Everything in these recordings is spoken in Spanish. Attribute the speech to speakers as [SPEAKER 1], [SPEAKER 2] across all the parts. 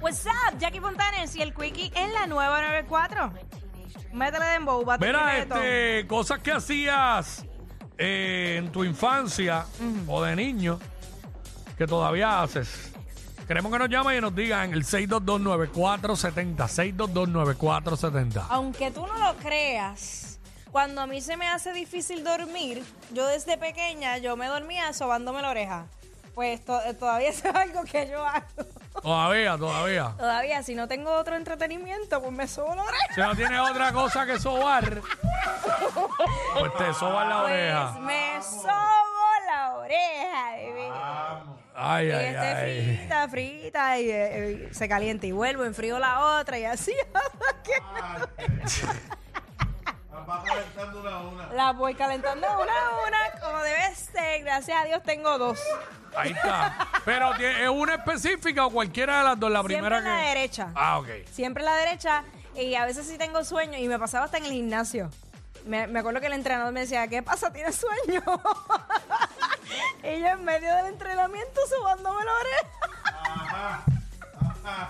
[SPEAKER 1] What's up, Jackie Fontanes y el Quickie en la nueva 94. Métele de embow, bate
[SPEAKER 2] Mira, este, cosas que hacías eh, en tu infancia o de niño que todavía haces. Queremos que nos llamen y nos digan el 6229470, 6229470.
[SPEAKER 1] Aunque tú no lo creas, cuando a mí se me hace difícil dormir, yo desde pequeña yo me dormía sobándome la oreja. Pues to- todavía eso es algo que yo hago.
[SPEAKER 2] Todavía, todavía.
[SPEAKER 1] Todavía, si no tengo otro entretenimiento, pues me sobo la oreja.
[SPEAKER 2] Si no tienes otra cosa que sobar, pues te soban la
[SPEAKER 1] Pues
[SPEAKER 2] oreja.
[SPEAKER 1] me sobo la oreja, bebé.
[SPEAKER 2] Ay,
[SPEAKER 1] Y
[SPEAKER 2] ay,
[SPEAKER 1] esté
[SPEAKER 2] ay.
[SPEAKER 1] frita, frita, y eh, eh, se calienta y vuelvo, enfrío la otra y así. La voy calentando una a una, como debe ser. Gracias a Dios tengo dos.
[SPEAKER 2] Ahí está. Pero ¿tie- ¿es una específica o cualquiera de las dos? La
[SPEAKER 1] Siempre
[SPEAKER 2] primera
[SPEAKER 1] la
[SPEAKER 2] que.
[SPEAKER 1] derecha.
[SPEAKER 2] Ah, ok.
[SPEAKER 1] Siempre la derecha. Y a veces sí tengo sueño. Y me pasaba hasta en el gimnasio. Me, me acuerdo que el entrenador me decía, ¿qué pasa? ¿Tienes sueño? y yo en medio del entrenamiento subándome la oreja.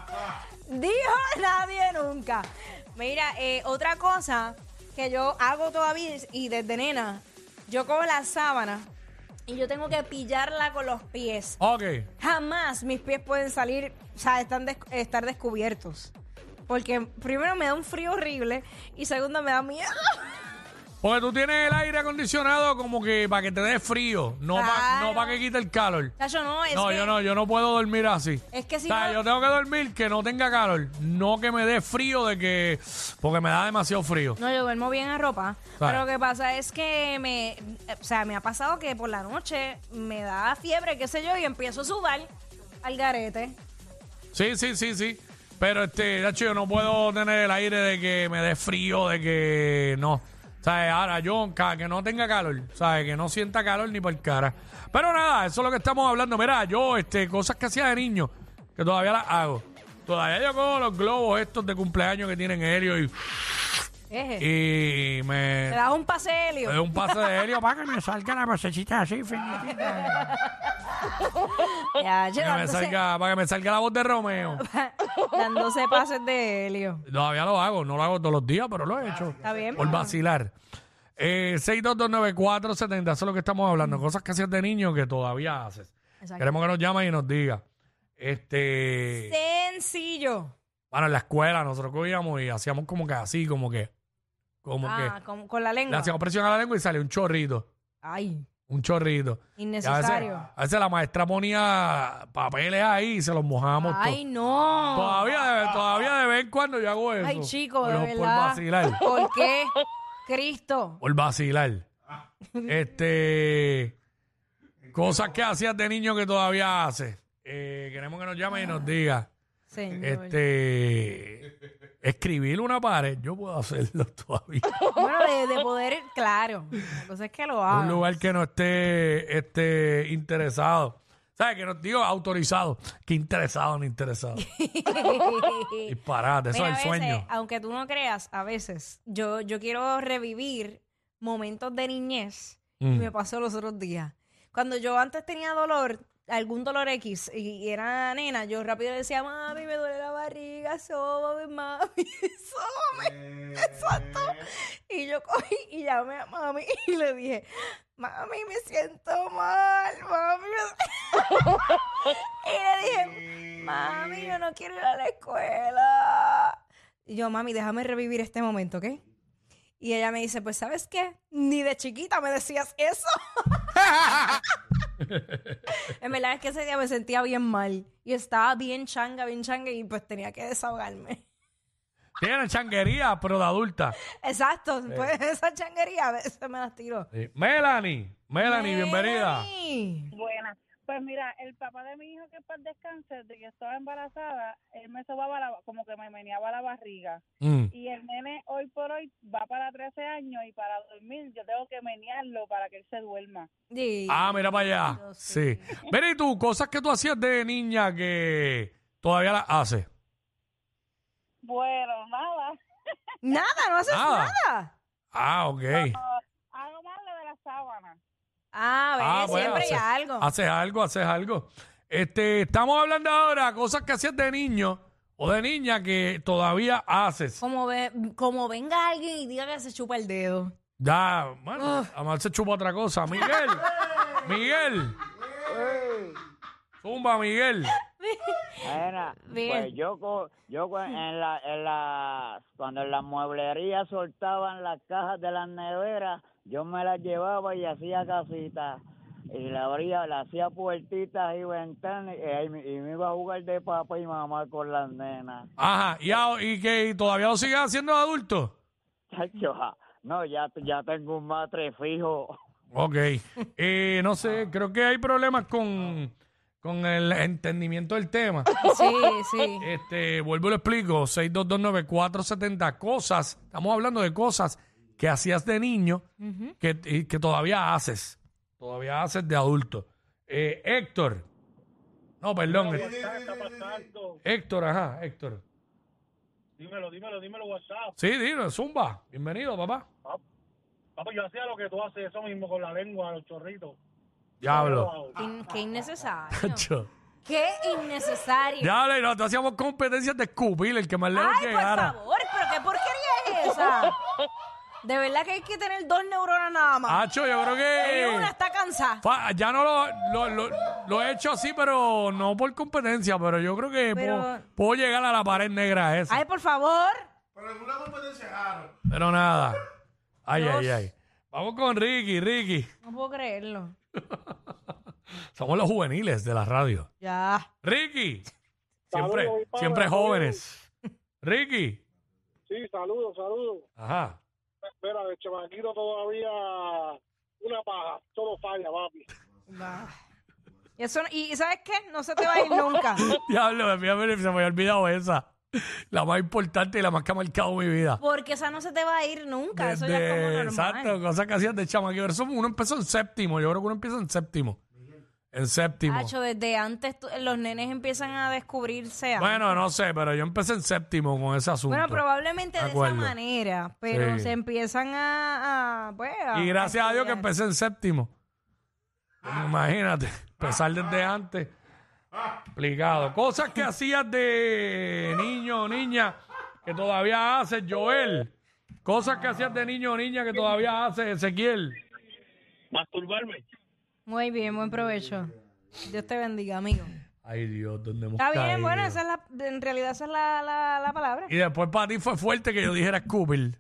[SPEAKER 1] Dijo nadie nunca. Mira, eh, otra cosa que yo hago todavía y desde nena, yo cojo la sábana y yo tengo que pillarla con los pies.
[SPEAKER 2] Ok.
[SPEAKER 1] Jamás mis pies pueden salir, o sea, están des- estar descubiertos. Porque primero me da un frío horrible y segundo me da miedo.
[SPEAKER 2] Porque tú tienes el aire acondicionado como que para que te dé frío, no para
[SPEAKER 1] Claro.
[SPEAKER 2] no pa que quite el calor.
[SPEAKER 1] Chacho, no, es
[SPEAKER 2] no,
[SPEAKER 1] que,
[SPEAKER 2] yo no, yo no puedo dormir así.
[SPEAKER 1] Es que si
[SPEAKER 2] O sea,
[SPEAKER 1] no-
[SPEAKER 2] yo tengo que dormir que no tenga calor, no que me dé frío de que porque me da demasiado frío.
[SPEAKER 1] No, yo duermo bien en ropa.
[SPEAKER 2] Claro.
[SPEAKER 1] Pero lo que pasa es que me, o sea, me ha pasado que por la noche me da fiebre, qué sé yo, y empiezo a sudar al garete.
[SPEAKER 2] Sí, sí, sí, sí. Pero este, de hecho, yo no puedo tener el aire de que me dé frío, de que no. ¿Sabes? Ahora yo, ca- que no tenga calor, ¿sabes? Que no sienta calor ni por el cara. Pero nada, eso es lo que estamos hablando. Mira, yo, este, cosas que hacía de niño, que todavía las hago. Todavía yo cojo los globos estos de cumpleaños que tienen helio y,
[SPEAKER 1] Eje.
[SPEAKER 2] y me.
[SPEAKER 1] Te das un paseelio.
[SPEAKER 2] Es un pase de helio para que me salga la vocecita así, finitita.
[SPEAKER 1] Ya,
[SPEAKER 2] uh, Que me
[SPEAKER 1] dándose,
[SPEAKER 2] salga, para que me salga la voz de Romeo.
[SPEAKER 1] dándose pases de helio.
[SPEAKER 2] Todavía lo hago, no lo hago todos los días, pero lo he hecho.
[SPEAKER 1] Está bien,
[SPEAKER 2] Por
[SPEAKER 1] mamá.
[SPEAKER 2] vacilar. Eh, 6229470, eso es lo que estamos hablando. Cosas que hacías de niño que todavía haces.
[SPEAKER 1] Exacto.
[SPEAKER 2] Queremos que nos llamen y nos diga. Este.
[SPEAKER 1] Sencillo.
[SPEAKER 2] Bueno, en la escuela nosotros cogíamos y hacíamos como que así, como que. Como
[SPEAKER 1] Ah, con, con la
[SPEAKER 2] que. Le
[SPEAKER 1] lengua.
[SPEAKER 2] hacíamos presión a la lengua y sale un chorrito.
[SPEAKER 1] Ay,
[SPEAKER 2] Un chorrito. Y a, veces,
[SPEAKER 1] innecesario.
[SPEAKER 2] a veces la maestra ponía papeles ahí y se los mojábamos todos.
[SPEAKER 1] Ay, no.
[SPEAKER 2] Todavía de, todavía de vez en cuando yo hago eso.
[SPEAKER 1] Ay, chico, de
[SPEAKER 2] Por- Por
[SPEAKER 1] verdad.
[SPEAKER 2] vacilar.
[SPEAKER 1] ¿Por qué? Cristo.
[SPEAKER 2] Por vacilar. Este. Cosas que hacías de niño que todavía haces. Eh, queremos que nos llame y nos diga.
[SPEAKER 1] Señor.
[SPEAKER 2] Este. Escribir una pared, yo puedo hacerlo todavía.
[SPEAKER 1] Bueno, de, de poder, claro. La cosa es que lo
[SPEAKER 2] Un
[SPEAKER 1] hago.
[SPEAKER 2] lugar que no esté, esté interesado. ¿Sabes? Que no digo autorizado. Que interesado, no interesado. Disparate,
[SPEAKER 1] Mira,
[SPEAKER 2] eso es el
[SPEAKER 1] a veces,
[SPEAKER 2] sueño.
[SPEAKER 1] Aunque tú no creas, a veces yo, yo quiero revivir momentos de niñez
[SPEAKER 2] Mm.
[SPEAKER 1] que me pasó los otros días. Cuando yo antes tenía dolor, algún dolor X, y, y era nena, yo rápido decía, mami, me duele la barriga, sóbame, mami, sóbame, exacto. Y yo cogí y llamé a mami y le dije, mami, me siento mal, mami, me... Y le dije, mami, yo no quiero ir a la escuela. Y yo, mami, déjame revivir este momento, ¿ok? Y ella me dice, pues, ¿sabes qué? Ni de chiquita me decías eso. en verdad es que ese día me sentía bien mal. Y estaba bien changa, bien changa, y pues tenía que desahogarme.
[SPEAKER 2] Tienen changuería, pero de adulta.
[SPEAKER 1] Exacto,
[SPEAKER 2] Eh.
[SPEAKER 1] pues esa changuería a veces me las tiro.
[SPEAKER 2] Sí. Eh, Melanie, Melanie, bienvenida.
[SPEAKER 1] Melanie.
[SPEAKER 3] Buenas. Pues mira, el papá de mi hijo que para descanse, de que estaba embarazada, él me sobaba la- como que me meneaba la barriga.
[SPEAKER 2] Mm.
[SPEAKER 3] Y el nene hoy por hoy va para 13 años y para dormir yo tengo que menearlo para que él se duerma.
[SPEAKER 1] Sí.
[SPEAKER 2] Ah, mira para allá.
[SPEAKER 1] Yo
[SPEAKER 2] Sí.
[SPEAKER 1] sí.
[SPEAKER 2] Mira, y tú, cosas que tú hacías de niña que todavía las haces.
[SPEAKER 3] Bueno, nada.
[SPEAKER 1] Nada, no haces
[SPEAKER 2] Nada.
[SPEAKER 1] nada.
[SPEAKER 2] Ah, ok.
[SPEAKER 3] Hago más lo de la sábana.
[SPEAKER 1] Ah, ves,
[SPEAKER 2] Ah, bueno,
[SPEAKER 1] siempre
[SPEAKER 2] haces,
[SPEAKER 1] hay algo.
[SPEAKER 2] haces algo, haces algo. Este, estamos hablando ahora cosas que hacías de niño o de niña que todavía haces.
[SPEAKER 1] Como, ve, como venga alguien y diga que se chupa el dedo.
[SPEAKER 2] Ya, bueno, Amar se chupa otra cosa. Miguel, Miguel. Zumba, Miguel.
[SPEAKER 4] Era,
[SPEAKER 1] Bien.
[SPEAKER 4] pues yo, co- yo cu- en la, en la, cuando en la mueblería soltaban las cajas de las neveras, yo me las llevaba y hacía casitas. Y la abría, le hacía puertitas y ventanas y, ahí me- y me iba a jugar de papá y mamá con las nenas.
[SPEAKER 2] Ajá, y, a- y que y todavía lo sigues haciendo adulto.
[SPEAKER 4] Chacho, ja. no, ya, ya tengo un matre fijo.
[SPEAKER 2] Ok. Eh, no sé, creo que hay problemas con, con el entendimiento del tema.
[SPEAKER 1] Sí, sí.
[SPEAKER 2] Este, vuelvo y lo explico, 6229470, cosas, estamos hablando de cosas que hacías de niño que, y que todavía haces, todavía haces de adulto. Eh, Héctor, no, perdón, eh, Héctor, ajá, Héctor.
[SPEAKER 5] Dímelo, dímelo, dímelo, WhatsApp.
[SPEAKER 2] Sí, dilo, Zumba, bienvenido, papá.
[SPEAKER 5] Papá, yo hacía lo que tú haces, eso mismo con la lengua, los chorritos.
[SPEAKER 2] Diablo.
[SPEAKER 1] In- qué innecesario.
[SPEAKER 2] Cacho.
[SPEAKER 1] qué innecesario.
[SPEAKER 2] Diablo, y nosotros hacíamos competencias de escupir, el que más lejos
[SPEAKER 1] Ay, por
[SPEAKER 2] llegara.
[SPEAKER 1] favor, pero qué porquería es esa. De verdad que hay que tener dos neuronas nada más.
[SPEAKER 2] Hacho, yo creo
[SPEAKER 1] Y
[SPEAKER 2] que...
[SPEAKER 1] una está cansada.
[SPEAKER 2] Fa- Ya no lo, lo, lo- lo he hecho así, pero no por competencia, pero yo creo que
[SPEAKER 1] Pero-
[SPEAKER 2] puedo, puedo llegar a la pared negra esa.
[SPEAKER 1] Ay, por favor.
[SPEAKER 2] Pero nada. Ay, ay, ay. Vamos con Ricky, Ricky.
[SPEAKER 1] No puedo creerlo.
[SPEAKER 2] Somos los juveniles de la radio.
[SPEAKER 1] Ya.
[SPEAKER 2] Ricky. Siempre,
[SPEAKER 5] Saludos, Pablo.
[SPEAKER 2] siempre jóvenes. Ricky.
[SPEAKER 5] Sí, saludos, saludos.
[SPEAKER 2] Ajá.
[SPEAKER 5] Espera, de chamaquito todavía una paja, solo falla, papi.
[SPEAKER 1] Va. Y, eso, y y ¿sabes qué? No se te va a ir nunca.
[SPEAKER 2] Diablo, me había- se me había olvidado esa. La más importante y la más que ha marcado mi vida.
[SPEAKER 1] Porque esa no se te va a ir nunca. Eso ya es como
[SPEAKER 2] Desde-
[SPEAKER 1] normal.
[SPEAKER 2] exacto, cosas que hacías de chamaquillo. Eso uno empezó en séptimo. Yo creo que uno empieza en séptimo. En séptimo.
[SPEAKER 1] Hacho, desde antes tú- los nenes empiezan a descubrirse. algo.
[SPEAKER 2] Bueno, no sé, pero yo empecé en séptimo con ese asunto.
[SPEAKER 1] Bueno, probablemente de, esa
[SPEAKER 2] acuerdo.
[SPEAKER 1] manera, pero
[SPEAKER 2] Sí.
[SPEAKER 1] se empiezan a, a, pues, a-
[SPEAKER 2] Y gracias a Dios que
[SPEAKER 1] estudiar.
[SPEAKER 2] empecé en séptimo. Imagínate, empezar desde antes. Explicado. Cosas que hacías de niño o niña que todavía haces, Joel. Cosas que hacías de niño o niña que todavía haces, Ezequiel.
[SPEAKER 5] Masturbarme.
[SPEAKER 1] Muy bien, buen provecho. Dios te bendiga, amigo.
[SPEAKER 2] Ay, Dios, ¿dónde hemos
[SPEAKER 1] Está bien,
[SPEAKER 2] caído?
[SPEAKER 1] bueno, esa es la, en realidad esa es la, la, la palabra.
[SPEAKER 2] Y después para ti fue fuerte que yo dijera Scooby.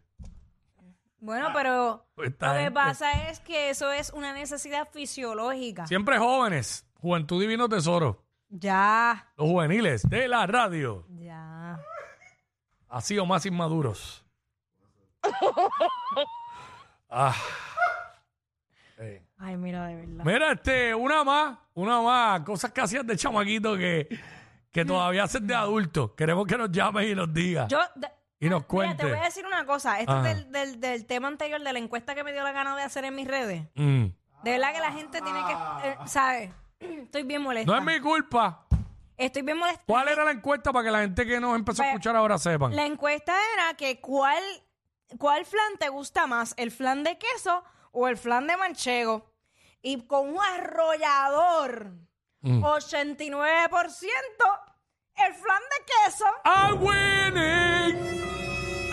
[SPEAKER 1] Bueno, pero
[SPEAKER 2] Esta
[SPEAKER 1] lo que
[SPEAKER 2] gente.
[SPEAKER 1] pasa es que eso es una necesidad fisiológica.
[SPEAKER 2] Siempre jóvenes. Juventud Divino Tesoro.
[SPEAKER 1] Ya,
[SPEAKER 2] Los juveniles de la radio.
[SPEAKER 1] ya.
[SPEAKER 2] Así o más inmaduros. Ah. Eh,
[SPEAKER 1] Ay, mira, de verdad.
[SPEAKER 2] Mira, este, una más, una más. Cosas que hacías de chamaquito que, que todavía haces de adulto. Queremos que nos llames y nos digas.
[SPEAKER 1] Yo, de- ah,
[SPEAKER 2] y nos
[SPEAKER 1] mira, te
[SPEAKER 2] cuentes.
[SPEAKER 1] voy a decir una cosa. Esto
[SPEAKER 2] Ajá.
[SPEAKER 1] es del, del, del tema anterior, de la encuesta que me dio la gana de hacer en mis redes.
[SPEAKER 2] Mm.
[SPEAKER 1] De verdad que la gente tiene que. eh, ¿Sabes? Estoy bien molesta.
[SPEAKER 2] No es mi culpa.
[SPEAKER 1] Estoy bien molesta.
[SPEAKER 2] ¿Cuál era la encuesta para que la gente que nos empezó a
[SPEAKER 1] Pues,
[SPEAKER 2] escuchar ahora sepan?
[SPEAKER 1] La encuesta era que cuál, cuál flan te gusta más, el flan de queso o el flan de manchego. Y con un arrollador,
[SPEAKER 2] Mm.
[SPEAKER 1] 89%, el flan de queso.
[SPEAKER 2] I'm winning.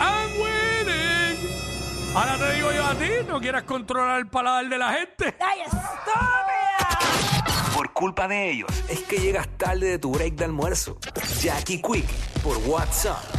[SPEAKER 2] I'm winning. Ahora te digo yo a ti, no quieras controlar el paladar de la gente.
[SPEAKER 1] ¡Ay, estúpida!
[SPEAKER 6] Por culpa de ellos es que llegas tarde de tu break de almuerzo. Jackie Quick por WhatsApp